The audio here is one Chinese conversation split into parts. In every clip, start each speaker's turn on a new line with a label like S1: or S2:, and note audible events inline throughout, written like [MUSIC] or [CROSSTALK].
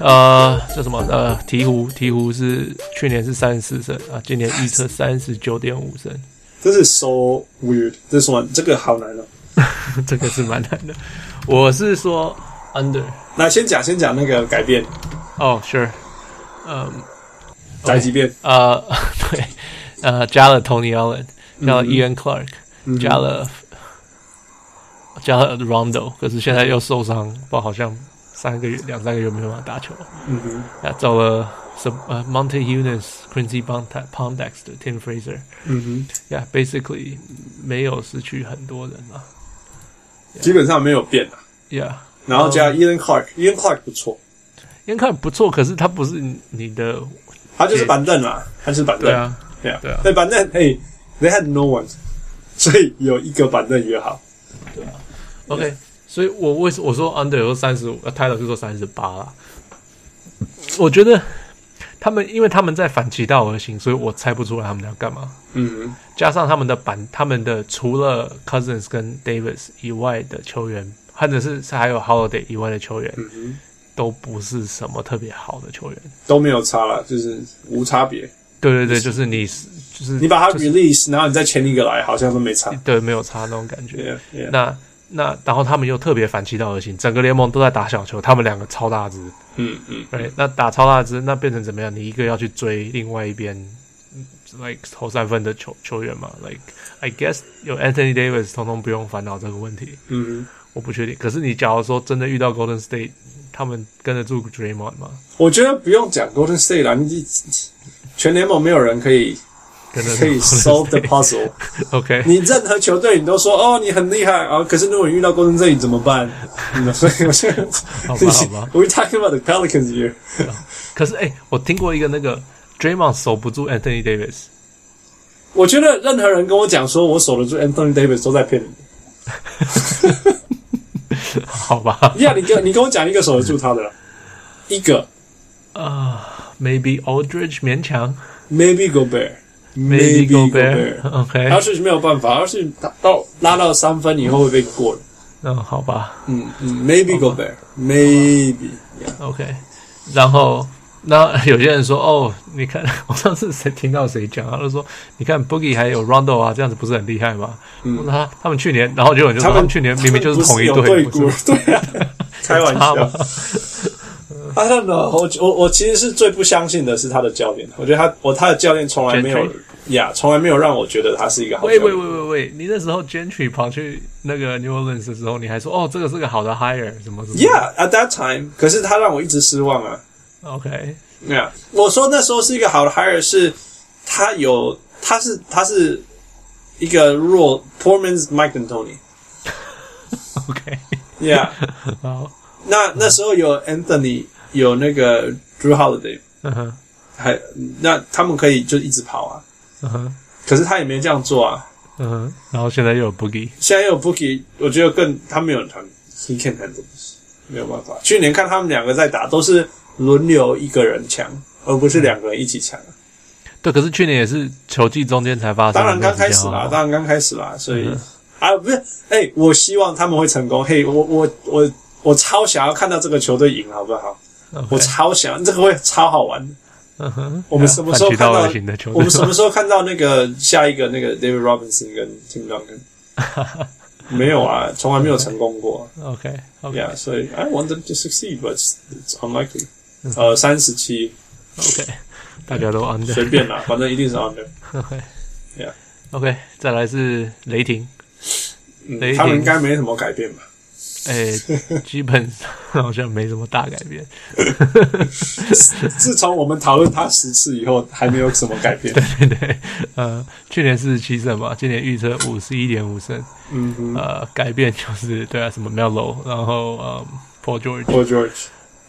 S1: 呃，叫什么？呃，鹈鹕，鹈鹕是去年是三十四胜啊，今年预测三十九点五胜，
S2: 这是 so weird，这是什么？这个好难哦。
S1: 这个是蛮难的。我是说 under
S2: 来，先讲先讲那个改变，
S1: 哦、sure，嗯
S2: 宅急便，
S1: 呃 [LAUGHS] 对，呃加了 Tony Allen，加了 Ian Clark，、
S2: 嗯
S1: 加了加了 Rondo，可是现在又受伤，不知道好像三个月两三个月没办法打球了。
S2: 嗯哼，
S1: 啊，找了什么呃 Monte Unis、Quincy Pond- Pondexter、Tim Fraser，
S2: 嗯哼。
S1: 呀、yeah,，basically 没有失去很多人啊
S2: 基本上没有变啊。
S1: ，yeah，
S2: 然后
S1: 哦
S2: 加 Ian Clark，Ian Clark 不错，
S1: 应该不错，可是他不是你的，
S2: 他就是板凳啦，他就是板凳，
S1: 对，啊，
S2: 对啊，
S1: 对啊
S2: 板凳，嘿，They had no one，所 [LAUGHS] 以有一个板凳也好，
S1: OK，所以我为什我说 under 有三十五，呃，Tyler 是说三十八啦。我觉得他们，因为他们在反其道而行，所以我猜不出来他们要干嘛。
S2: 嗯
S1: 加上他们的板，他们的除了 Cousins 跟 Davis 以外的球员，或者是还有 Holiday 以外的球员，
S2: 嗯哼，
S1: 都不是什么特别好的球员。
S2: 都没有差了，就是无差别。
S1: 对对对，就是你是就是
S2: 你把他
S1: 就是
S2: release，然后你再签一个来，好像都没差。
S1: 对没有差那种感觉。
S2: Yeah, yeah，
S1: 那那然后他们又特别反其道而行，整个联盟都在打小球，他们两个超大只。
S2: 嗯嗯，
S1: 对，那打超大只，那变成怎么样？你一个要去追另外一边嗯，like 投三分的球球员嘛？like I guess 有 Anthony Davis，通通不用烦恼这个问题。
S2: 嗯哼，
S1: 我不确定。可是你假如说真的遇到 Golden State，他们跟得住 Draymond 吗？
S2: 我觉得不用讲 Golden State 啦，你全联盟没有人可以
S1: 跟得住
S2: 可以 solve the
S1: Golden
S2: puzzle。
S1: State OK，
S2: [LAUGHS] 你任何球队你都说哦你很厉害啊，可是如果你遇到 Golden State 你怎么办？嗯 [LAUGHS] 所以我现在
S1: 好吧好吧
S2: We're talking about the Pelicans here.
S1: 可是哎、我听过一个那个 Draymond 守不住 Anthony Davis， [LAUGHS]
S2: 我觉得任何人跟我讲说我守得住 Anthony Davis 都在骗你。 [LAUGHS]
S1: 好吧？
S2: 呀、你跟你跟我讲一个守得住他的啦， [LAUGHS] 一个
S1: 啊、m a y b e Aldridge 勉强
S2: Maybe Gobert，Maybe
S1: Gobert，OK，、
S2: 而是没有办法，而是到拉到三分以后会被过的。
S1: 嗯，好吧。
S2: 嗯嗯，Maybe Gobert，Maybe。Yeah.
S1: OK，然后那 [LAUGHS] 有些人说，哦，你看 [LAUGHS] 我上次谁听到谁讲，他就说，你看 Boogie 还有 Rondo 啊，这样子不是很厉害吗？我说他他们去年，然后就有人就说
S2: 嗯他
S1: 他
S2: 们
S1: 们去年明明就是同一
S2: 他们不是有对
S1: 不 [LAUGHS]
S2: 鼓
S1: 是，
S2: 对啊，开玩
S1: 差
S2: 笑
S1: 吗。
S2: I don't know，我我我其实是最不相信的是他的教练，我觉得他我他的教练从来没有
S1: Gentry
S2: 呀，从来没有让我觉得他是一个好教
S1: 喂
S2: 练。
S1: 喂喂喂喂，你那时候 Gentry 跑去那个 New Orleans 的时候，你还说哦，这个是个好的 hire，什么什么
S2: Yeah，at that time，可是他让我一直失望啊。 [LAUGHS]
S1: OK，
S2: Yeah，我说那时候是一个好的 hire，是他有他是他是一个弱 poor man's Mike D'Antoni。
S1: OK，
S2: Yeah，
S1: [LAUGHS] 好，
S2: 那那时候有 Anthony，有那个 Drew Holiday，
S1: 嗯哼，
S2: 还那他们可以就一直跑啊。
S1: 嗯哼，
S2: 可是他也没这样做啊。
S1: 嗯哼，然后现在又有 Boogie，
S2: 现在又有 Bookie，我觉得更他没有人团，He can handle this，没有办法。去年看他们两个在打，都是轮流一个人强，而不是两个人一起强。
S1: 对，可是去年也是球季中间才发生，
S2: 当然刚开始啦，
S1: 啊，
S2: 当然刚开始啦，所以、啊，不是，哎、我希望他们会成功。嘿，我我我我超想要看到这个球队赢，好不好？我超想，这个会超好玩的。
S1: 嗯哼，
S2: 我们什么时候
S1: 反其
S2: 看
S1: 道
S2: 到
S1: 而行的球？队
S2: 我
S1: [LAUGHS]
S2: 们什么时候看到那个下一个那个 David Robinson 跟 Tim Duncan？没有啊，从来没有成功过啊、
S1: OK OK
S2: Yeah, so I want them to succeed, but it's, it's unlikely.
S1: 嗯
S2: 呃，三十七
S1: OK，大家都 under
S2: 随便啦，反正一定是 under。
S1: [LAUGHS] OK
S2: Yeah.
S1: OK，再来是雷霆，雷
S2: 嗯，
S1: 霆
S2: 他们应该没什么改变
S1: [LAUGHS]
S2: 吧？
S1: 哎、基本上好像没什么大改
S2: [LAUGHS]
S1: 变。
S2: 自从我们讨论他十次以后，还没有什么改变。 [LAUGHS]
S1: 对对，呃，去年四十七胜嘛，今年预测五十一点五胜。
S2: 嗯哼
S1: 呃，改变就是对啊，什么 Melo，然后呃 Paul George。
S2: ，Paul Oh, George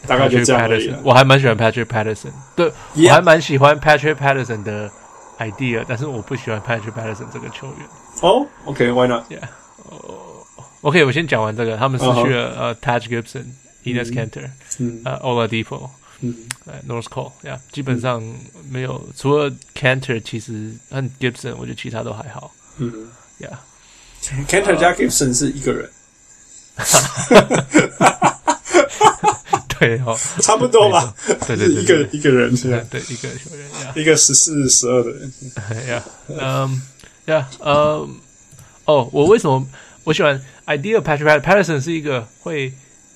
S2: 大概就
S1: Patrick
S2: 这样而已
S1: Patterson，
S2: 啦。
S1: 我还蛮喜欢 Patrick Patterson，对
S2: Yeah
S1: 我还蛮喜欢 Patrick Patterson 的 idea，但是我不喜欢 Patrick Patterson 这个球员。
S2: 哦，OK，Why not？
S1: Yeah，哦，OK，我先讲完这个，他们失
S2: 嗯哼
S1: 去了呃 Taj Gibson、Enes Kanter、
S2: 嗯
S1: 呃 Oladipo、
S2: 嗯
S1: 呃 North Cole，Yeah，基本上没有，
S2: Mm
S1: 除了 Kanter 其实和 Gibson，我觉得其他都还好。
S2: 嗯
S1: Yeah， [LAUGHS]
S2: ，Cantor 加 Gibson 是一个人。
S1: 对哦，
S2: 差不多吧。
S1: 对对对，
S2: 一个一个人现在，
S1: 对一个球员呀
S2: 一个十四、十二的人。
S1: [LAUGHS] 呀，嗯呀，呃，哦，我为什么我喜欢 idea Patrick Patterson 是一个会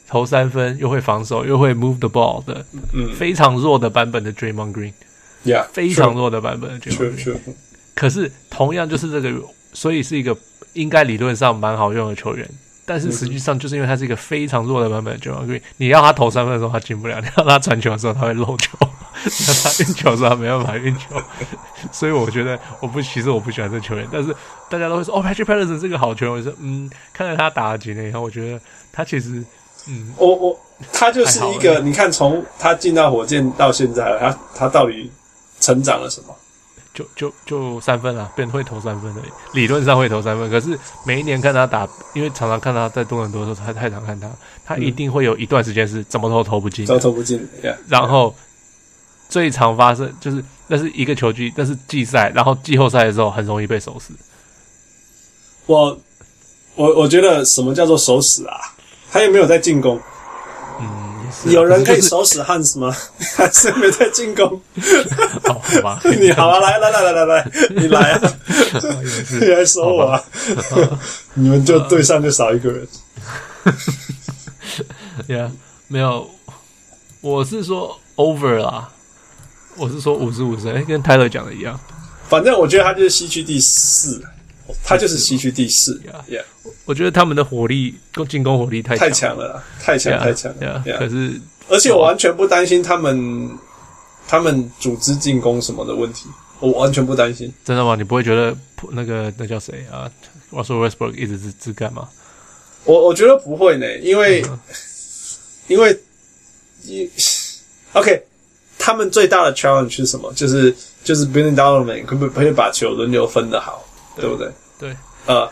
S1: 投三分，又会防守，又会 move the ball 的，
S2: 嗯
S1: 非常弱的版本的 Draymond Green，
S2: ，Yeah，
S1: 非常弱的版本的 Draymond
S2: true
S1: Green。
S2: true，
S1: 可是同样就是这个，所以是一个应该理论上蛮好用的球员，但是实际上就是因为他是一个非常弱的版本的 j a m a Green，你要他投三分的时候他进不了，你要他传球的时候他会漏球， [LAUGHS] 你要他运球的时候他没办法运球，所以我觉得我不其实我不喜欢这球员，但是大家都会说哦 Patrick Patterson 是个好球员，我说嗯，看了他打了几年以后，我觉得他其实嗯
S2: 我我他就是一
S1: 太好
S2: 个，你看从他进到火箭到现在了，他他到底成长了什么？
S1: 就就就三分啊，变会投三分的，理论上会投三分。可是每一年看他打，因为常常看他在多伦多的时候，他太常看他，
S2: 嗯
S1: 他一定会有一段时间是怎么投都投不进的
S2: 都投不进，Yeah，
S1: 然后最常发生就是那是一个球季，那是季赛，然后季后赛的时候很容易被守死。
S2: 我我我觉得什么叫做守死啊？他也没有在进攻，
S1: 嗯，也是啊
S2: 有人可以
S1: 就是
S2: 守死汉斯吗？ [LAUGHS] 还是没在进攻？
S1: [LAUGHS] 哦，好吧，
S2: [LAUGHS] 你好啊，来来来来来来，你来啊，
S1: 也是
S2: 你来守我啊！你们就对上就少一个人。
S1: Yeah，没有，我是说 over 啦，我是说五十五胜，哎跟 Tyler 讲的一样。
S2: 反正我觉得他就是西区第四，他就是西区第四
S1: Yeah
S2: ，Yeah，
S1: 我觉得他们的火力攻进攻火力太
S2: 太
S1: 强了。
S2: 强了啦，太强太强了
S1: Yeah，
S2: ，Yeah
S1: 可是
S2: 而且我完全不担心他们他们组织进攻什么的问题，我完全不担心。
S1: 真的吗？你不会觉得普那个那叫谁啊？Russell Westbrook 一直是自干吗？
S2: 我我觉得不会呢，因为、 [LAUGHS] 因为一 OK，他们最大的 challenge 是什么？就是就是 Billy Donovan 可不可以把球轮流分的好，对不对？
S1: 对，
S2: 呃，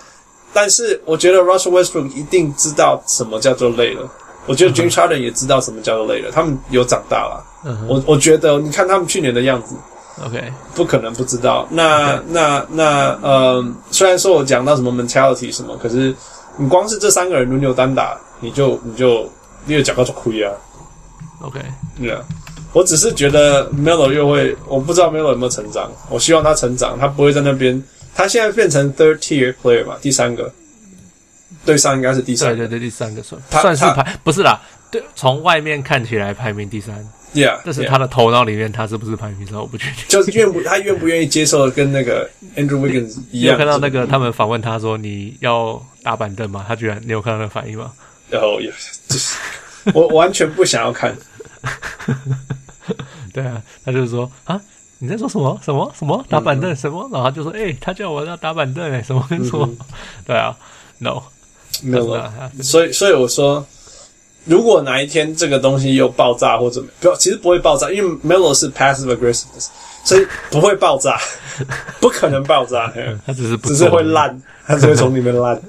S2: 但是我觉得 Russell Westbrook 一定知道什么叫做累了。我觉得 James Harden 也知道什么叫做累了，他们有长大了。
S1: 嗯哼
S2: 我我觉得，你看他们去年的样子，
S1: ，OK，
S2: 不可能不知道。那那那呃，虽然说我讲到什么 mentality 什么，可是你光是这三个人轮流单打，你就你就你就讲到就亏啊，
S1: OK，
S2: 对啊。我只是觉得 Melo 又会，我不知道 Melo 有没有成长。我希望他成长，他不会在那边。他现在变成 third tier player 嘛，第三个，对上应该是第
S1: 对
S2: 三
S1: 对
S2: 个
S1: 对，第三个算
S2: 他
S1: 算是
S2: 他
S1: 排不是啦，对，从外面看起来排名第三，
S2: ，yeah，
S1: 但是
S2: yeah
S1: 他的头脑里面他是不是排名第三我不确定。
S2: 就是愿不他愿不愿意接受跟那个 Andrew Wiggins
S1: 你
S2: 一样
S1: 有看到那个他们访问他说你要打板凳吗？他居然你有看到那个反应吗？
S2: 然后也就是我完全不想要看，
S1: 对啊，他就是说啊，你在说什么什么什
S2: 嗯
S1: 么打板凳什么？然后他就说哎、他叫我要打板凳哎、什么跟什么？
S2: 嗯
S1: 对啊，no， [LAUGHS] 啊
S2: 没有
S1: That's
S2: 了
S1: not。happening
S2: 所以，所以我说，如果哪一天这个东西又爆炸或者不要，其实不会爆炸，因为 Melo 是 passive aggressiveness，所以不会爆 [LAUGHS] 炸， [LAUGHS] 不可能爆炸，嗯
S1: 他只是不
S2: 只是
S1: 做
S2: 会
S1: 而已
S2: 烂，它只会从里面 [LAUGHS] 烂。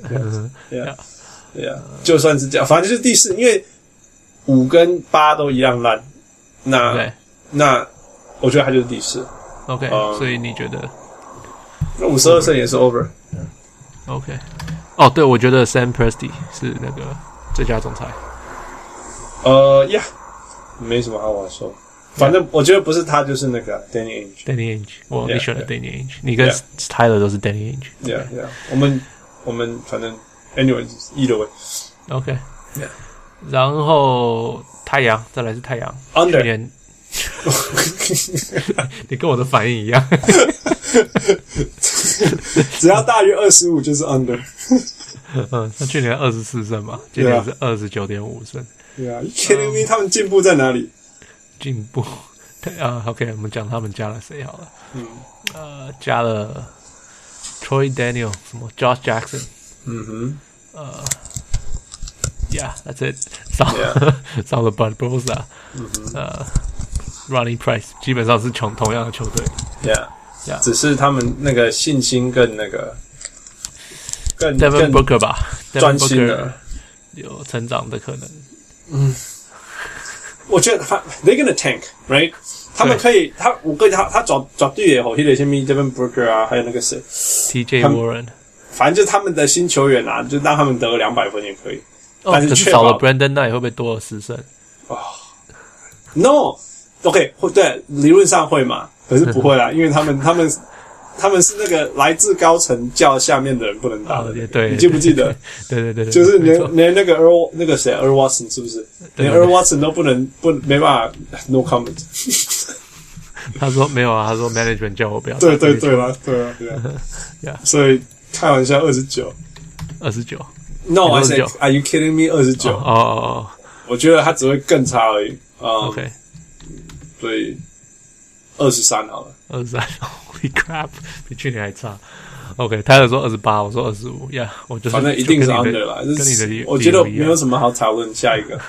S2: 对啊，对啊，就算是这样，反正就是第四，因为五跟八都一样烂，那
S1: 对
S2: 那我觉得它就是第四。
S1: ，OK，、
S2: 嗯
S1: 所以你觉得
S2: 那五十二胜也是 over。
S1: OK？哦，对，我觉得 Sam Presti 是那个最佳总裁。
S2: 呃呀，没什么好我说，反正我觉得不是他就是那个啊 Danny Ainge。
S1: Danny Ainge，我
S2: Yeah，
S1: 你选了 Danny Ainge，你跟 Tyler 都是 Danny Ainge。
S2: Yeah, yeah. 我们我们反正 anyway either way
S1: OK，
S2: Yeah
S1: 然后太阳，再来是太阳。去
S2: under
S1: 年你跟我的反应一样，
S2: [LAUGHS] 只要大于二十五就是 under。
S1: [LAUGHS] 嗯，他去年二十四胜嘛，今年是二十九点五胜，
S2: Yeah, you kidding
S1: Um
S2: me？他们进步在哪里？
S1: 进步。 [LAUGHS] 啊，OK，我们讲他们加了谁好了？
S2: 嗯
S1: 呃，加了 Troy Daniel，什么 Josh Jackson，
S2: 嗯哼，
S1: 呃，Yeah, that's it. 少 [LAUGHS] 少了 Bud Brosa，呃，Running Price 基本上是同同样的球队。
S2: Yeah,
S1: Yeah
S2: 只是他们那个信心更那个更
S1: Devin
S2: 更
S1: Booker 吧
S2: 专
S1: ，Devin
S2: 心
S1: Booker
S2: 了。
S1: 有成长的可能。
S2: 我觉得他 they're gonna tank right？他们可以，他五个他他找找队也好，或者些 me Devin Booker 啊，还有那个谁，
S1: TJ
S2: 他们
S1: Warren，
S2: 反正就是他们的新球员啊，就让他们得两百分也可以。
S1: 哦，
S2: 但是
S1: 可是
S2: 确
S1: 少
S2: 保
S1: 了 Brandon Knight 会不会多了十胜？
S2: 哦， No，OK，、会对，理论上会嘛，可是不会啦，因为他们他们他们是那个来自高层教下面的人不能打的
S1: 哦，对对
S2: 你记不记得？
S1: 对对对对，
S2: 就是
S1: 没错
S2: 连连那个 Earl 那个谁 Earl Watson 是不是？
S1: 对
S2: 连 Earl Watson 都不能不没办法 no comment。 [LAUGHS]
S1: 他说没有啊，他说 management 叫我不要打
S2: 对
S1: 这
S2: 对
S1: 一球，
S2: 对啦，对啊对啊
S1: [LAUGHS] Yeah
S2: 所以开玩笑二十九。
S1: 二十九，哦
S2: No, I said,
S1: 29
S2: Are you kidding me？二十九，
S1: 哦
S2: 我觉得他只会更差而已。
S1: 哦
S2: 啊、
S1: ，OK，
S2: 所以二十三好了。
S1: 二十三，Holy crap，比去年还差。OK，泰勒说二十八，我说二十五，呀，我就是
S2: 反正一定是
S1: 就跟你
S2: under
S1: 的
S2: 啦，
S1: 跟
S2: 就
S1: 你的
S2: 是
S1: 理
S2: 我觉得
S1: 理
S2: 没
S1: 由一
S2: 有
S1: 样
S2: 什么好讨论。下一个，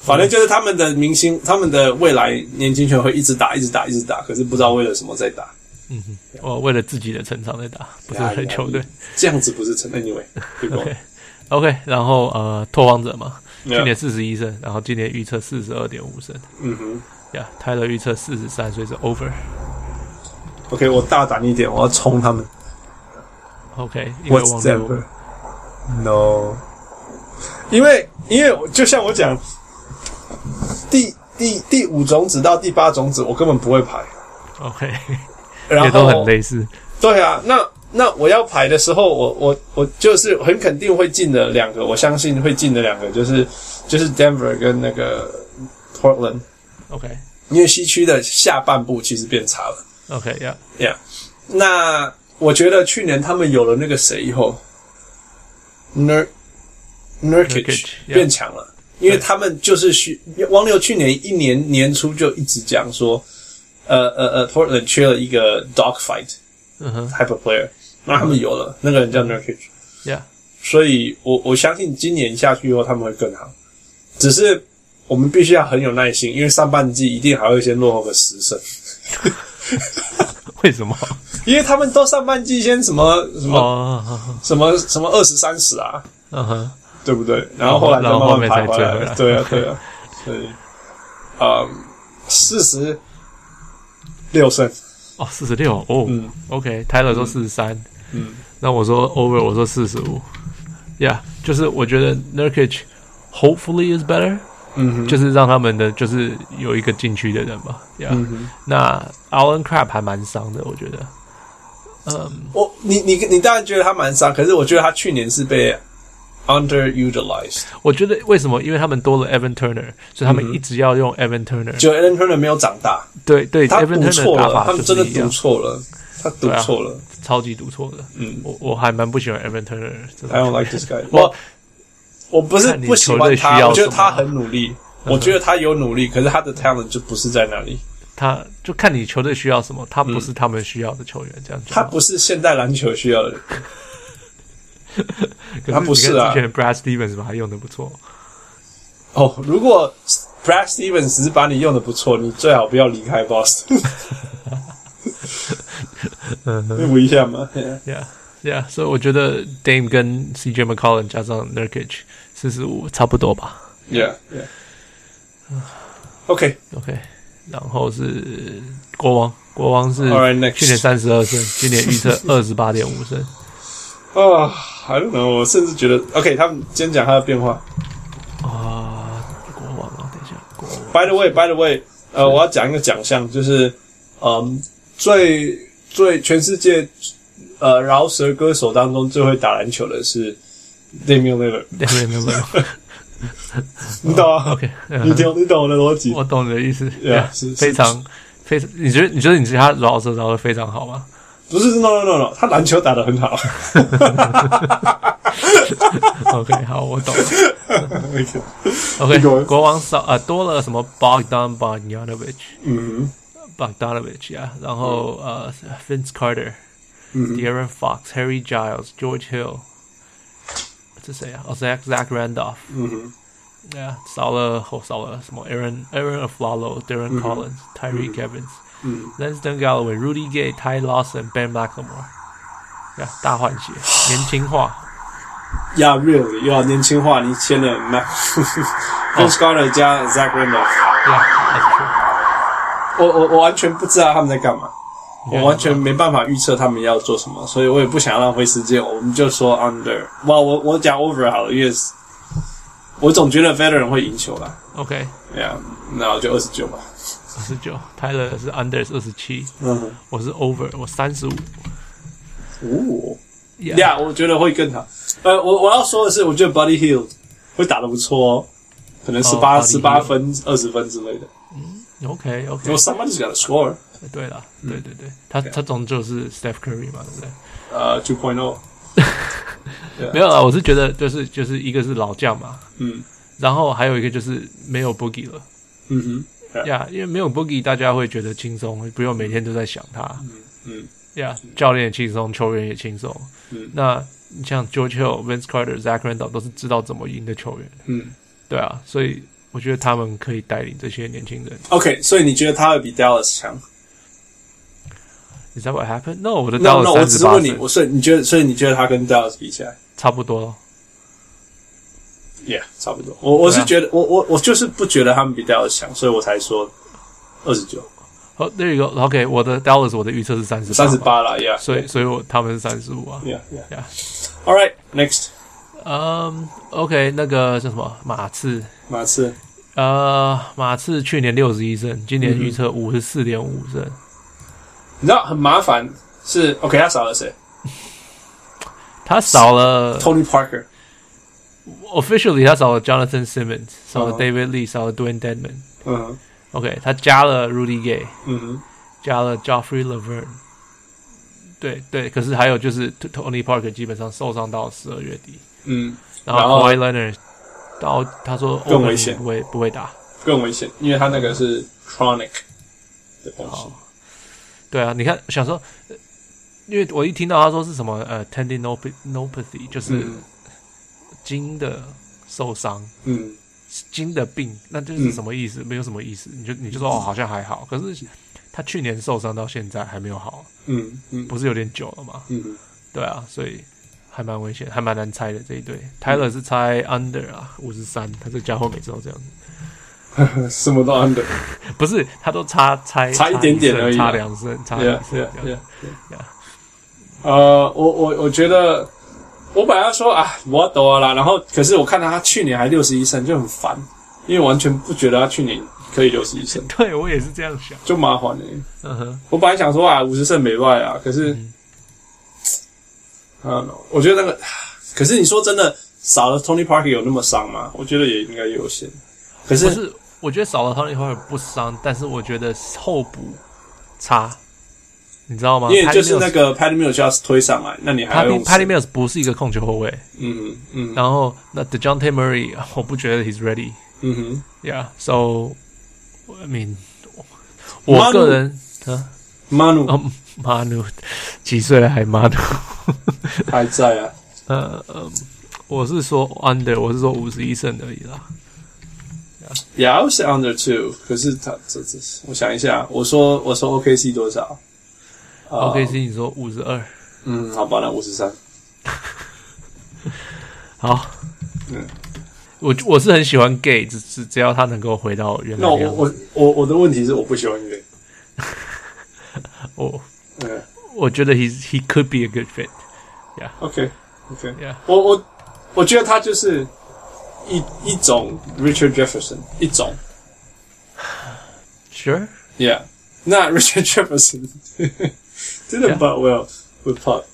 S2: 反正就是他们的明星，他们的未来年轻球员会一直打，一直打，一直打，可是不知道为了什么在打。
S1: 我为了自己的成长在打，不是为了球队。
S2: 这样子不是成 anyway，对不
S1: [LAUGHS] OK OK，然后呃，拓荒者嘛，去年
S2: Yeah，
S1: 四十一胜，然后今年预测四十二点五胜。
S2: 嗯哼
S1: 呀，泰勒预测四十三，所以是 over。
S2: ，OK，我大胆一点，我要冲他们。
S1: OK，因为
S2: What's
S1: 王
S2: t
S1: 六
S2: e No，因为因为我就像我讲，第第第五种子到第八种子，我根本不会排，
S1: OK，
S2: 然后
S1: 也都很类似。
S2: 对啊，那那我要排的时候，我我我就是很肯定会进的两个，我相信会进的两个就是就是 Denver 跟那个 Portland，
S1: OK
S2: 因为西区的下半部其实变差了。
S1: OK，呀、
S2: Yeah，那我觉得去年他们有了那个谁以后 n u r
S1: Nurkic，
S2: Nurkic
S1: yeah
S2: 变强了，因为
S1: 对
S2: 他们就是需王六去年一年年初就一直讲说，呃呃呃，Portland 缺了一个 dog fight
S1: 嗯哼，
S2: type of player，那他们有
S1: 嗯
S2: 了，那个人叫 Nurkic，
S1: 呀、
S2: 所以我我相信今年下去以后他们会更好，只是我们必须要很有耐心，因为上半季一定还会先落后个十胜。
S1: 为什么？
S2: 因为他们都上半季先什么什么、
S1: 哦，
S2: 什么什么二十三十啊，
S1: 嗯哼，
S2: 对不对？然后后来再
S1: 哦然后
S2: 慢慢
S1: 后
S2: 爬
S1: 面才追
S2: 回
S1: 回
S2: 来，
S1: 来
S2: 对啊对啊，所以啊，四十六胜，
S1: 哦，四十六，哦、
S2: 嗯
S1: o k 泰勒说四十三，
S2: 嗯，
S1: 那我说 over，我说四十五，Yeah，就是我觉得 Nurkic hopefully is better，
S2: 嗯哼，
S1: 就是让他们的就是有一个禁区的人嘛，Yeah，、那
S2: 嗯
S1: Alan Crab 还蛮伤的，我觉得，嗯，
S2: 我你你你当然觉得他蛮伤，可是我觉得他去年是被 underutilized，
S1: 我觉得为什么？因为他们多了 Evan Turner，所以他们一直要用 Evan Turner，、
S2: 嗯就 Alan Turner 没有长大，
S1: 对对
S2: 他
S1: ，Evan
S2: 赌
S1: Turner
S2: 错
S1: 的打
S2: 了，他
S1: 法
S2: 们
S1: 就
S2: 真的
S1: 是一
S2: 赌
S1: 样，
S2: 错了，他赌
S1: 啊
S2: 错了，
S1: 超级赌错的。
S2: 嗯
S1: 我我还蛮不喜欢 Evan Turner 这种
S2: I don't like this guy
S1: [LAUGHS] 我
S2: 我。我不是
S1: 看你
S2: 不喜
S1: 球
S2: 欢
S1: 队需
S2: 他，
S1: 要
S2: 我觉得
S1: 什么嗯
S2: 他很努力，我觉得他有努力，可是他的 talent 就不是在那里，
S1: 他就看你球队需要什么，他不是他们需要的球员，这样
S2: 他
S1: 讲。
S2: 不是现代篮球需要的人。
S1: 可
S2: 他不
S1: 你
S2: 是
S1: 看
S2: 啊
S1: 之前 Brad Stevens 吧还用的不错，
S2: 哦，如果 Brad Stevens 只是把你用的不错，你最好不要离开
S1: [LAUGHS]
S2: Boston。补一下嘛，yeah
S1: ，Yeah Yeah，所以我觉得 Dame 跟 CJ McCollum 加上 Nurkic 四十五差不多吧。
S2: yeah yeah。OK，
S1: OK，然后是国王，国王是
S2: Alright, next
S1: 去年三十二胜，今年预测二十八点五胜。
S2: 啊、i don't know，我甚至觉得 OK，他们今天讲他的变化。
S1: 啊，国王啊，等一下，国王
S2: By the way，By the way，呃，我要讲一个奖项，就是嗯，最最全世界呃饶舌歌手当中最会打篮球的是 Damian l i l l a r d
S1: 没有没有没有
S2: 你懂啊
S1: ，OK，嗯
S2: [LAUGHS] 你懂你懂我的逻辑
S1: 我懂你的意思
S2: Yeah，是是
S1: 非常非常，你觉得你觉得你是他饶舌饶的非常好吗？
S2: 不是，no no no no，他篮球打得很好。
S1: OK，好，我懂。
S2: OK，国
S1: OK，
S2: 王
S1: 国王少啊、呃多了什么 Bogdan Bogdanovic
S2: 嗯
S1: Bogdanovic 啊，然后呃 Vince Carter、
S2: 嗯
S1: De'Aaron Fox、Harry Giles、George Hill，这谁啊？哦，Zach Zach Randolph，
S2: 嗯哼，
S1: 对啊，少了后少了什么 Aaron Aaron Aflalo、Darren Collins、Tyree Evans、
S2: 嗯
S1: Langston Galloway、Rudy Gay、Ty Lawson、Ben McLemore，对啊，大换血，年轻化。
S2: ，Yeah really，又要年轻化，你签了 Mac [LAUGHS] Vince Carter 加 Zach Randolph，
S1: 对啊，that's true
S2: 我我我完全不知道他们在干嘛。
S1: Yeah，
S2: 我完全没办法预测他们要做什么，所以我也不想浪费时间，我们就说 under。哇，我我讲 over 好了，因为我总觉得 Veteran 会赢球啦。
S1: OK，
S2: 哎呀，那我就二十九吧。
S1: 二十九，Tyler 是 Under 是二十七，
S2: 嗯，
S1: 我是 Over，我三十五。
S2: 哦，呀，我觉得会更好。呃，我我要说的是，我觉得 Buddy Hill 会打的不错哦，可能十八
S1: 哦，Buddy
S2: 十八
S1: Hield
S2: 分、二十分之类的。
S1: OK OK，
S2: 因为 somebody's got to score，
S1: 对了，对对对，他他终究是 Steph Curry 嘛，对不对？
S2: 呃，two point o [LAUGHS]
S1: 没有啦，我是觉得就是就是一个是老将嘛，
S2: 嗯
S1: 然后还有一个就是没有 Boogie 了
S2: 嗯哼，呀
S1: 呀因为没有 Boogie，大家会觉得轻松，不用每天都在想他
S2: 嗯
S1: 呀教练也轻松，球员也轻松。
S2: 嗯
S1: 那你像 George Hill、Vince Carter、Zach Randolph 都是知道怎么赢的球员，
S2: 嗯。
S1: 对啊，所以我觉得他们可以带领这些年轻人。
S2: OK，所以你觉得他会比 Dallas 强
S1: Is that what happened? No，我的
S2: ？No
S1: 到
S2: No，
S1: 了
S2: 我
S1: 三
S2: 只
S1: 十
S2: 是
S1: 八
S2: 问你，
S1: 分，
S2: 我所以你觉得，所以你觉得他跟 Dallas 比起来
S1: 差不多了。
S2: ，Yeah，差不多。我我
S1: 对
S2: 是
S1: 啊
S2: 觉得，我我我就是不觉得他们比 Dallas 强，所以我才说二十九、
S1: 好，那个 OK，我的 Dallas 我的预测是三十
S2: 三十，八了，Yeah，
S1: 所以所以我他们是三十五啊。
S2: Yeah Yeah
S1: Yeah
S2: All right next
S1: 嗯、o k 那个叫什么马刺，
S2: 马刺
S1: 呃，马刺去年六十一胜，今年预测五十四点五胜。
S2: 你知道很麻烦是 OK，他少了谁
S1: 他少了
S2: ？Tony Parker。
S1: officially，他少了 Jonathan Simmons，少了
S2: 嗯
S1: David Lee，少了 Dwayne Dedman。
S2: 嗯哼
S1: OK，他加了 Rudy Gay，
S2: 嗯哼
S1: 加了 Joffrey Laverne。对对，可是还有就是 Tony Parker 基本上受伤到十二月底，
S2: 嗯，
S1: 然后
S2: 然后
S1: Kawhi Leonard 到他说
S2: 更危险
S1: Open 不会不会打。
S2: 更危险，因为他那个是 chronic 的东西
S1: 哦。对啊，你看，想说，呃因为我一听到他说是什么呃 tendinopathy，就是
S2: 嗯
S1: 筋的受伤、
S2: 嗯
S1: 筋的病，那这是什么意思？没有什么意思，你就你就
S2: 嗯
S1: 说哦，好像还好，可是他去年受伤到现在还没有好，
S2: 嗯嗯
S1: 不是有点久了吗？
S2: 嗯哼，
S1: 对啊，所以还蛮危险，还蛮难猜的这一对。Tyler
S2: 嗯
S1: 是猜 under 啊，五十三，他这家伙每次都这样子，
S2: 什么都 under。
S1: 不是他都差猜
S2: 差一点点
S1: 胜
S2: 而已啊
S1: 差两胜，差两胜
S2: Yeah
S1: 这
S2: yeah
S1: 样
S2: yeah。
S1: Yeah
S2: 呃，我我我觉得，我本来要说啊，我懂了啦。然后，可是我看到他去年还六十一胜，就很烦，因为完全不觉得他去年可以六十一胜，
S1: [LAUGHS] 对我也是这样想，
S2: 就麻烦了、欸
S1: 嗯哼。
S2: 我本来想说啊，五十胜没败啊，可是，啊、我觉得那个，可是你说真的，少了 Tony Parker 有那么伤吗？我觉得也应该有些。可
S1: 不
S2: 是
S1: 是，我觉得少了 Tony Parker 不伤，但是我觉得后补差，你知道吗？
S2: 因为就是那
S1: Patty
S2: 个哦 Paddy Mills 要推上来，那你还要
S1: Mills-
S2: 用
S1: Patty Patty Mills 不是一个控球后卫，
S2: 嗯嗯
S1: 然后那 The John t e Murray [LAUGHS] 我不觉得 he's ready，yeah，so
S2: 嗯哼
S1: I mean，我我个人啊，
S2: ，Manu
S1: 嗯，马努 [LAUGHS] 几岁了还马努，
S2: 还在啊，
S1: [LAUGHS] 呃呃，我是说 under，我是说五十一胜而已啦。
S2: Yeah, I was under two. 可是他这这，我想一下，我说我说 OKC 多少哦
S1: OK，是你说五十二，
S2: 嗯，好吧，那五十三。
S1: 好，
S2: 嗯，
S1: 我我是很喜欢 Gay，只只只要他能够回到原来
S2: 那
S1: 的
S2: 我
S1: 样子。
S2: 我我我的问题是我不喜欢约。
S1: 我
S2: 嗯
S1: 我觉得 he he could be a good fit。
S2: ，OK OK，
S1: Yeah，
S2: 我我我觉得他就是一一种 Richard Jefferson，一种
S1: sure。
S2: Yeah。那 [LAUGHS] Richard Jefferson didn't
S1: Yeah.
S2: but well with Pop。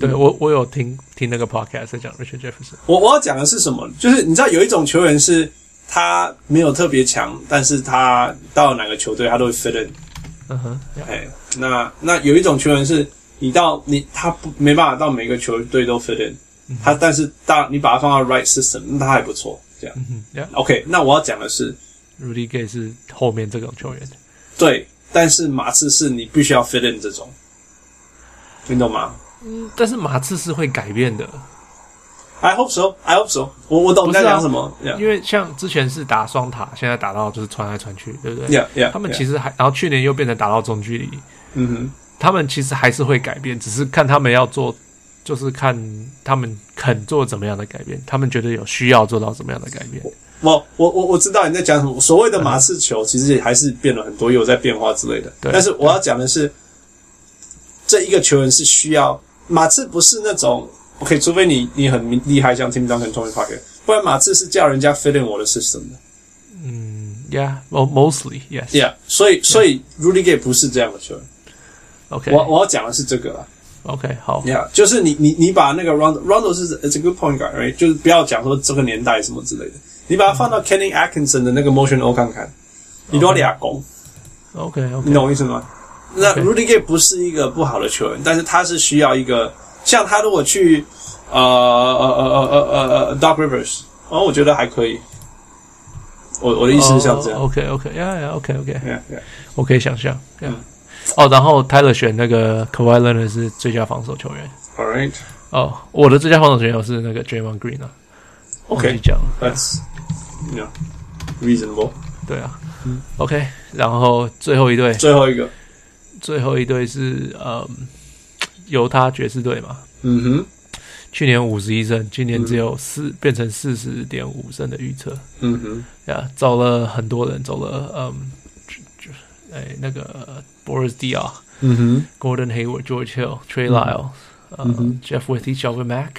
S1: 对我我有听听那个 podcast 在讲 Richard Jefferson。
S2: 我我要讲的是什么？就是你知道有一种球员是他没有特别强，但是他到哪个球队他都会 fit in。
S1: 嗯哼，yeah，
S2: 哎，那那有一种球员是你到你他不没办法到每个球队都 fit in，、他但是当你把他放到 right system，那他还不错。这样、
S1: 嗯，yeah。
S2: OK，那我要讲的是，
S1: Rudy Gay 是后面这种球员。
S2: 对，但是马刺是你必须要 fit in 这种，你懂吗
S1: 嗯，但是马刺是会改变的，
S2: ？I hope so，I hope so 我。我懂你在讲什么
S1: 啊因为像之前是打双塔，现在打到就是传来传去，对不对
S2: Yeah，Yeah，Yeah，
S1: 他们其实还，然后去年又变成打到中距离，
S2: 嗯哼，
S1: 他们其实还是会改变，只是看他们要做，就是看他们肯做怎么样的改变，他们觉得有需要做到怎么样的改变。
S2: 我我我我知道你在讲什么。所谓的马刺球，其实也还是变了很多，也有在变化之类的。
S1: 对
S2: 但是我要讲的是，这一个球员是需要马刺不是那种 OK，除非你你很厉害，像 Tim Duncan、Tony Parker，不然马刺是叫人家 fit in 我的 system 的。
S1: Yeah, well, mostly yes.
S2: Yeah，所以所以 Rudy Gay 不是这样的球员。
S1: OK,
S2: 我我要讲的是这个啦。
S1: OK，好
S2: Yeah，就是你你你把那个 Rondo Rondo 是 it's a good point guard，right？就是不要讲说这个年代什么之类的，你把它放到 Kenny Atkinson 的那个 motion O 看看，你都要俩攻，
S1: OK
S2: 你
S1: OK
S2: 懂我意思吗？那
S1: OK
S2: Rudy Gay 不是一个不好的球员，但是他是需要一个像他如果去呃呃呃呃呃呃呃 Doc Rivers，哦，我觉得还可以。我我的意思是像这样。
S1: OK OK Oh, yeah yeah OK OK，
S2: Yeah, 嗯 yeah.
S1: 我可以想象。Yeah. 哦，然后 Tyler 选那个 Kawhi Leonard 是最佳防守球员。
S2: All right.
S1: 哦，我的最佳防守球员是那个 Draymond Green 啊。忘记
S2: OK.
S1: 讲了。
S2: That's you know reasonable.
S1: 对啊。OK，然后最后一队，
S2: 最后一个，
S1: 最后一队是呃犹他爵士队嘛。
S2: 嗯哼，
S1: 去年五十一胜，今年只有四、变成四十点五胜的预测。
S2: 嗯哼，
S1: 呀，找了很多人，走了，嗯，就就哎那个 Boris Diaw、
S2: 嗯哼，
S1: Gordon Hayward、George Hill、Trey Lyles、呃、Jeff Withy、Shelvin Mack，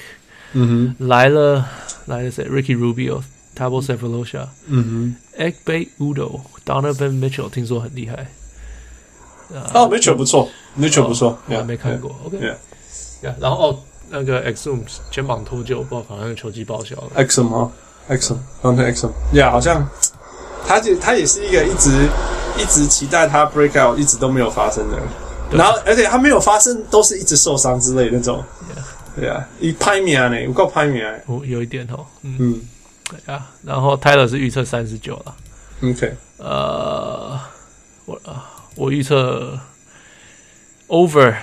S2: 嗯哼，
S1: 来了来了谁？Ricky Rubio、Tabo s e f a l o s h a
S2: 嗯
S1: e g b a y Udo、Donovan Mitchell，听说很厉害，
S2: 哼。哦，Mitchell 不错，Mitchell 不错，
S1: 哦我还没看过。OK，
S2: Yeah.
S1: yeah，然后哦，那个 Exum 肩膀脱臼，不知道好像球技报销了。
S2: Exum 哈，Exum，刚才 Exum，Yeah，好像他就他也是一个一直一直期待他 breakout，一直都没有发生的。然后，而且他没有发生，都是一直受伤之类的那种。对啊，一拍米啊呢，我够拍米啊。
S1: 我有一点哦，嗯
S2: 嗯
S1: 对啊，然后 Tyler 是预测三十九了，
S2: ，OK，
S1: 呃，我啊我预测 over，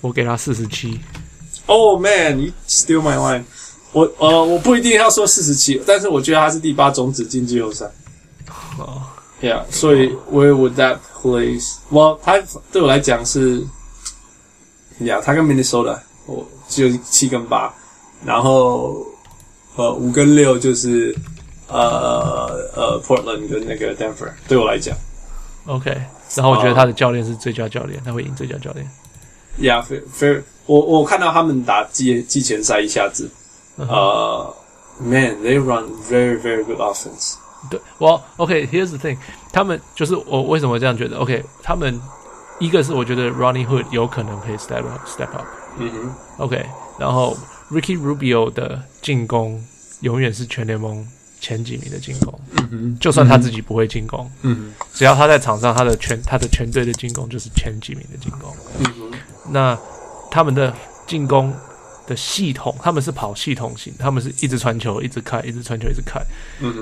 S1: 我给他四十七，
S2: Oh man, you steal my line 我。呃，我不一定要说四十七，但是我觉得他是第八种子进季后赛。
S1: 哦
S2: Yeah，所以 Where would that place？我他对我来讲是，Yeah，他跟 Minnesota 我只有七跟八，然后呃五跟六就是呃呃 Portland 跟那个 Denver 对我来讲
S1: OK，然后我觉得他的教练是最佳教练，他会赢最佳教练。
S2: ，Yeah fair fair，我我看到他们打季季前赛一下子，
S1: Uh-huh。
S2: 呃、m a n they run very very good offense。
S1: 对，我 OK，here's、the thing，他们就是我为什么这样觉得？OK，他们一个是我觉得 Ronnie Hood 有可能可以 step up step up，
S2: 嗯哼，
S1: OK，然后 Ricky Rubio 的进攻永远是全联盟前几名的进攻，就算他自己不会进攻，只要他在场上，他的全他的全队的进攻就是前几名的进攻。那他们的进攻的系统，他们是跑系统型，他们是一直传球，一直开，一直传球，一直开，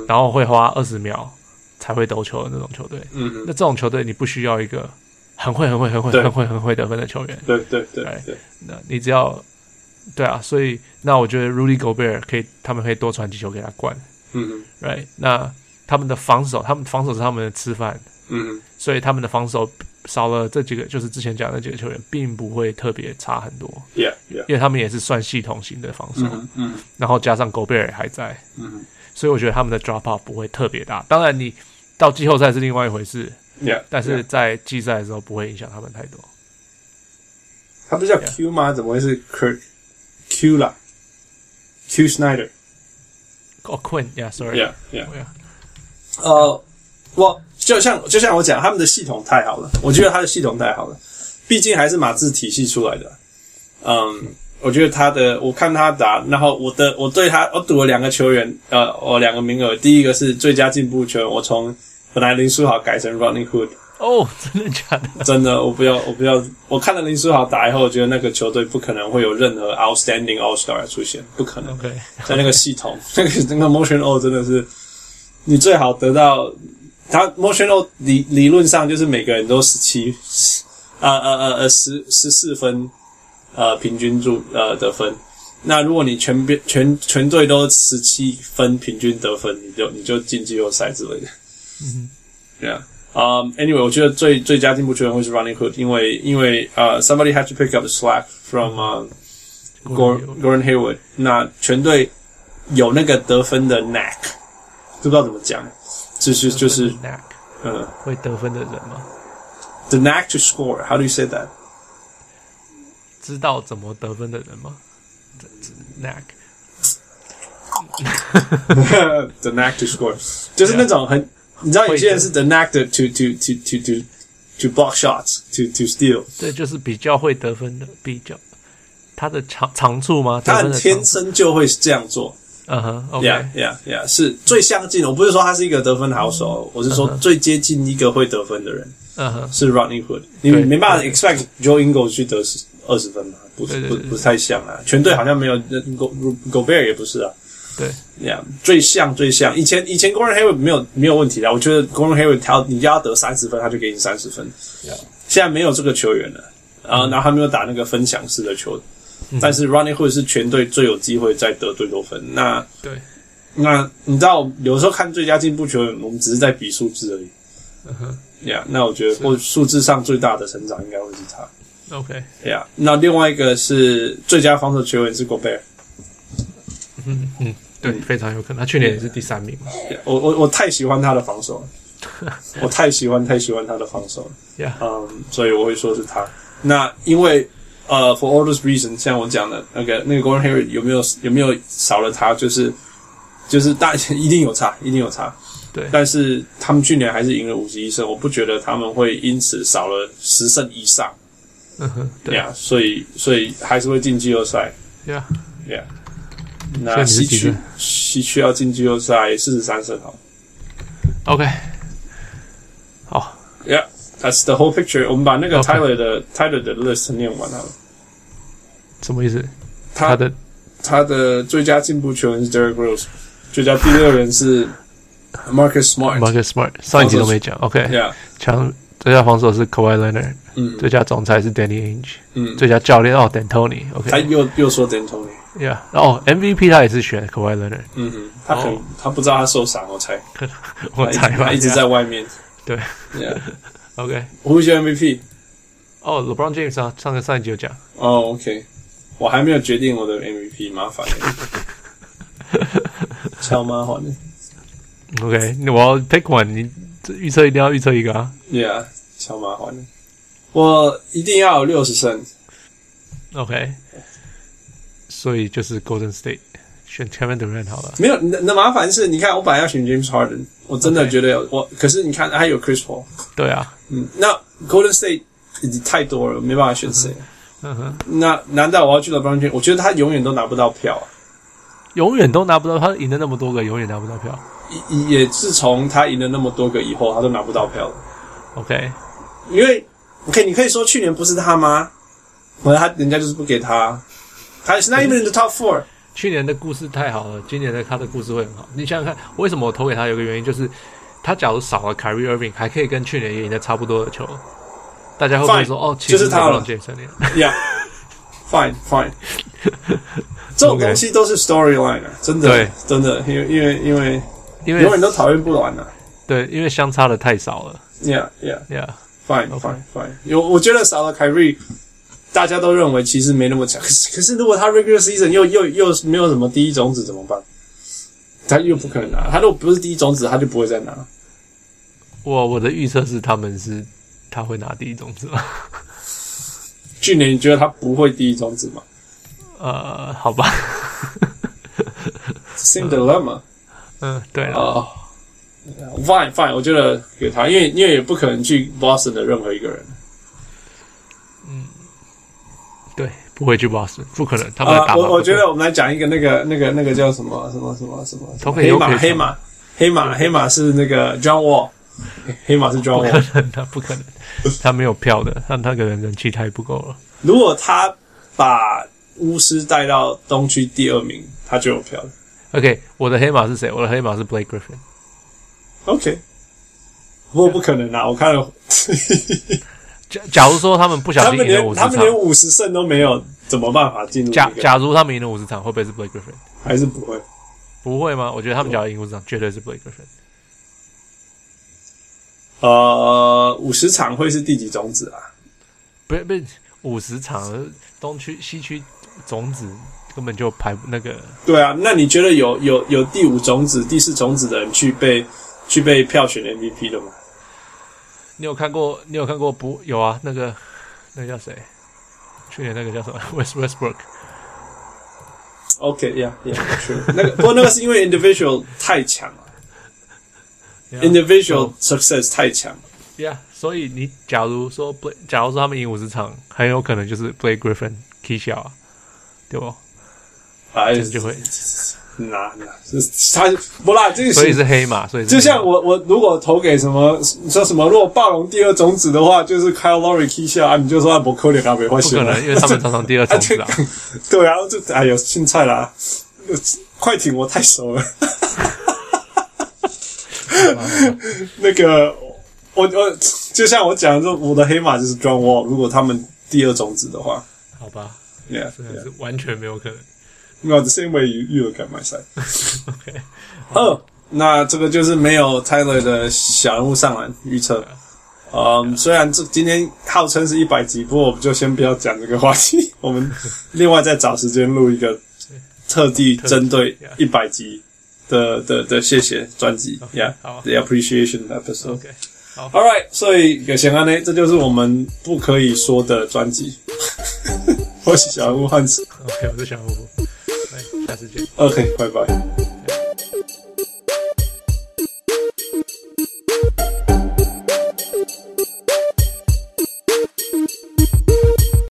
S1: 然后会花二十秒才会得球的那种球队。那这种球队你不需要一个很会、很会、很会、
S2: 对
S1: 很会、很会得分的球员。
S2: 对对对
S1: 哎
S2: 对，
S1: 那你只要对啊，所以那我觉得 Rudy Gobert 可以，他们可以多传几球给他灌
S2: 嗯哼，
S1: ，right？那他们的防守，他们防守是他们的吃饭，
S2: 嗯哼。
S1: 所以他们的防守少了这几个，就是之前讲的那几个球员，并不会特别差很多，
S2: Yeah, yeah.
S1: 因为他们也是算系统型的防守，
S2: 嗯嗯
S1: 然后加上 Gobert 也还在，
S2: 嗯
S1: 所以我觉得他们的 drop off 不会特别大。当然，你到季后赛是另外一回事，
S2: ，Yeah。
S1: 但是在季赛的时候不会影响他们太多。
S2: 他不是叫
S1: Yeah.
S2: Q 吗？怎么会是 Kirk Q 啦？Q Snyder。
S1: 哦、Quinn，yeah，sorry，
S2: Yeah, yeah.
S1: yeah.
S2: 呃，我就像就像我讲，他们的系统太好了，我觉得他的系统太好了，毕竟还是马字体系出来的。嗯，我觉得他的，我看他打，然后我的我对他，我赌了两个球员，呃，我两个名额，第一个是最佳进步球员，我从本来林书豪改成 Running Hood，
S1: 哦，真的假的？
S2: 真的，我不要，我不要。我看了林书豪打以后，我觉得那个球队不可能会有任何 outstanding all star 出现，不可能。
S1: OK，
S2: 在那个系统， [LAUGHS] 那个那个 motion O 真的是，你最好得到他 motion O 理理论上就是每个人都十七，呃呃呃呃十十四分，呃平均数呃得分。那如果你全边全全队都十七分平均得分，你就你就进季后赛之类的。Yeah. Um. Anyway，我觉得最最佳进步球员会是 Running Hood，因为因为呃、somebody had to pick up the slack from、uh, Gor- Gordon Hayward，那全队有那个得分的 knack，不知道怎么讲，就是就是
S1: knack
S2: 呃
S1: 会得分的人嘛，
S2: ，the knack to score，how do you say that？ [LAUGHS]
S1: 知道怎么得分的人嘛这这，knack
S2: the knack to score，就是那种很，你知道有些人是 the knack to to to to to to to block shots to to steal，
S1: 对，就是比较会得分的，比较他的长长处吗？得
S2: 他
S1: 分
S2: 很
S1: 的
S2: 天
S1: 长处，
S2: 生就会这样做。
S1: 嗯哼，OK，
S2: Yeah, yeah, yeah，是最相近的。我不是说他是一个得分好手，我是说最接近一个会得分的人
S1: 嗯哼，
S2: 是 Rodney Hood。你
S1: 对
S2: 没办法 expect Joe Ingles 去得二十分嘛？不
S1: 对对
S2: 不
S1: 对
S2: 不太像啊，全队好像没有 Go Go Bear 也不是啊。
S1: 对，
S2: Yeah，最像最像以前以前 Gordon Hayward 没有没有问题的，我觉得 Gordon Hayward 他你要得三十分，他就给你三十分。现在没有这个球员了，然
S1: 嗯
S2: 后然后他没有打那个分享式的球，但是 Ronnie Hood 是全队最有机会再得最多分。那
S1: 对，
S2: 那你知道，有时候看最佳进步球员，我们只是在比数字而已。
S1: 嗯哼啊
S2: Yeah，那我觉得或数字上最大的成长应该会是他。
S1: ，OK，
S2: Yeah，那另外一个是最佳防守球员是 Gobert。
S1: 嗯嗯，对，非常有可能，他去年也是第三名嘛
S2: 我我我太喜欢他的防守了，
S1: [LAUGHS]
S2: 我太喜欢太喜欢他的防守了，
S1: ，Yeah，
S2: 嗯，所以我会说是他。那因为呃，for all those reasons，像我讲的那个那个 Gordon Hayward 有没有有没有少了他，就是就是大 [LAUGHS] 一定有差，一定有差。
S1: 对
S2: 但是他们去年还是赢了五十一胜，我不觉得他们会因此少了十胜以上，
S1: 嗯哼，
S2: 对
S1: 对
S2: 呀，所以所以还是会进季后赛。
S1: ，Yeah，
S2: Yeah，
S1: 现在
S2: 那
S1: 你是
S2: 西
S1: 几
S2: 区
S1: 胜
S2: 西区要进季后赛四十三胜好了。
S1: OK，好
S2: Yeah, that's the whole picture. 我们把那个
S1: Okay.
S2: Tyler 的 Tyler 的 list 念完了。
S1: 什么意思？
S2: 他
S1: 他的
S2: 他的最佳进步球员是 Derek Rose，最佳第六人是 Marcus Smart。
S1: Marcus Smart 上一集都没讲，OK，
S2: Yeah，
S1: 强最佳防守是 Kawhi Leonard，
S2: 嗯
S1: 最佳总裁是 Danny Ainge，
S2: 嗯，
S1: 最佳教练哦 Dan
S2: 他
S1: Tony，OK，
S2: 又又说 D'Antoni。
S1: Yeah，然哦后 MVP 他也是选 Kawhi Leonard，
S2: 嗯哼，他可能他不知道他受伤，我猜。
S1: 可能
S2: 他
S1: [LAUGHS] 哦我
S2: 一
S1: 猜吧，
S2: 他一直
S1: yeah
S2: 在外面。
S1: 对
S2: Yeah，
S1: [LAUGHS] ，OK，
S2: Who's your MVP？
S1: 哦 LeBron James 啊，上个上一集有讲，
S2: 哦，OK，我还没有决定我的 MVP，麻烦
S1: [LAUGHS]
S2: 了。超麻烦的。
S1: OK，那我要 pick one，你这预测一定要预测一个啊。
S2: Yeah，超麻烦的。我一定要有六十胜。
S1: OK，所以就是 Golden State 选 Kevin Durant 好了。
S2: 没有，那那麻烦是，你看，我本来要选 James Harden，我真的
S1: OK
S2: 觉得有我，可是你看还有 Chris Paul，
S1: 对啊，
S2: 嗯，那 Golden State 已经太多了，没办法选谁。
S1: 嗯哼，
S2: 那难道我要去 LeBron James？我觉得他永远都拿不到票、啊，
S1: 永远都拿不到，他赢了那么多个，永远拿不到票。
S2: 也也自从他赢了那么多个以后，他都拿不到票了。
S1: OK，
S2: 因为，OK，你可以说去年不是他吗？我他人家就是不给他，他 is not even in the top four。
S1: 去年的故事太好了，今年的他的故事会很好。你想想看，为什么我投给他？有个原因就是，他假如少了 Kyrie Irving，还可以跟去年也赢得差不多的球，大家会不会说
S2: Fine，
S1: 哦，其实
S2: 就是他了
S1: LeBron James 胜利了
S2: Yeah，fine，fine。这种东西都是 storyline 啊，真的
S1: 对，
S2: 真的，因为因为因
S1: [LAUGHS] 因
S2: 为永远
S1: 为
S2: 都讨厌不完啊。
S1: 对，因为相差的太少了。
S2: Yeah, yeah,
S1: Yeah，
S2: fine,
S1: Okay.
S2: fine, fine. 有，我觉得少了凯瑞，大家都认为其实没那么强。可 [LAUGHS] 是，可是如果他 regular season 又又又没有什么第一种子怎么办？他又不可能拿。他如果不是第一种子，他就不会再拿。
S1: 我我的预测是他们是他会拿第一种子吧。
S2: 去年你觉得他不会第一种子吗
S1: [LAUGHS] 呃，好吧， [LAUGHS]
S2: ？Same dilemma
S1: 嗯，对了，
S2: 啊、Fine, fine. 我觉得给他，因为因为也不可能去 Boston 的任何一个人。
S1: 对，不会去 Boston，不可能，他们
S2: 啊
S1: 的、打法不
S2: 我
S1: 够、
S2: 我觉得我们来讲一个那个那个那个叫什么什么什么什么什么
S1: 可以
S2: 黑马
S1: 又可以
S2: 黑马黑马黑马是那个 John Wall，黑黑马是 John
S1: 不
S2: Wall。
S1: 可能，他不可能，他没有票的，他他可能人气太不够了。
S2: 如果他把巫师带到东区第二名，他就有票了。
S1: OK，我的黑马是谁？我的黑马是 Blake Griffin。
S2: OK，不过不可能啊！我看了，
S1: 假假如说他们不小
S2: 他
S1: 心
S2: 们
S1: 赢了
S2: 连
S1: 五十
S2: 他
S1: 场
S2: 们，连五十胜都没有，怎么办法进入那
S1: 假
S2: 个？
S1: 假如他们赢了五十场，会不会是 Blake Griffin？
S2: 还是不会。
S1: 不会吗？我觉得他们假如赢五十场，绝对是 Blake Griffin。
S2: 呃，五十场会是第几种子啊？
S1: 不是不是，五十场呃东区西区种子根本就排不那个。
S2: 对啊，那你觉得有有有第五种子、第四种子的人去被去被票选 MVP 的吗？
S1: 你有看过？你有看过不？有啊，那个 [LAUGHS] 那个叫谁？去年那个叫什么？West Westbrook。
S2: OK，yeah，yeah，sure。那个 [LAUGHS] 不过那个是因为 individual 太强了，individual success 太强了。啊
S1: Yeah，所以你假如说 Blake，假如说他们赢五十场，很有可能就是 Blake Griffin K 小啊，对不？
S2: 哎，
S1: 就会
S2: 那那是他不啦，这个
S1: 所以是黑马，所以是
S2: 就像
S1: 黑马
S2: 我我如果投给什么你说什么，如果暴龙第二种子的话，就是 Kyle Lowry 踢下啊，你就说啊，我扣脸啊，没
S1: 不
S2: 关系，
S1: 可能，因为他们常常第二种 [LAUGHS] 子啊。
S2: [LAUGHS] 对啊，这哎呦，青菜啦， [LAUGHS] 呃快艇我太熟了。 [LAUGHS] 那个，我我就像我讲的，就我的黑马就是 John Wall，如果他们第二种子的话
S1: 好吧，
S2: ，Yeah，,
S1: 真
S2: yeah.
S1: 的是完全没有可能。
S2: No, the same way you you look at my side.
S1: OK，
S2: 二，
S1: 哦
S2: 那这个就是没有 Tyler 的小人物上篮预测。嗯，虽然这今天号称是一百集，不过我们就先不要讲这个话题， [LAUGHS] 我们另外再找时间录一个特地针对一百集的的的谢谢专辑
S1: OK，好啊
S2: ，Yeah，the appreciation episode。
S1: OK，
S2: All right，所以有钱安呢，这就是我们不可以说的专辑。 [LAUGHS] 我是小人物汉子
S1: 哎，OK，我是小五，来，下次见。
S2: ，OK，拜拜。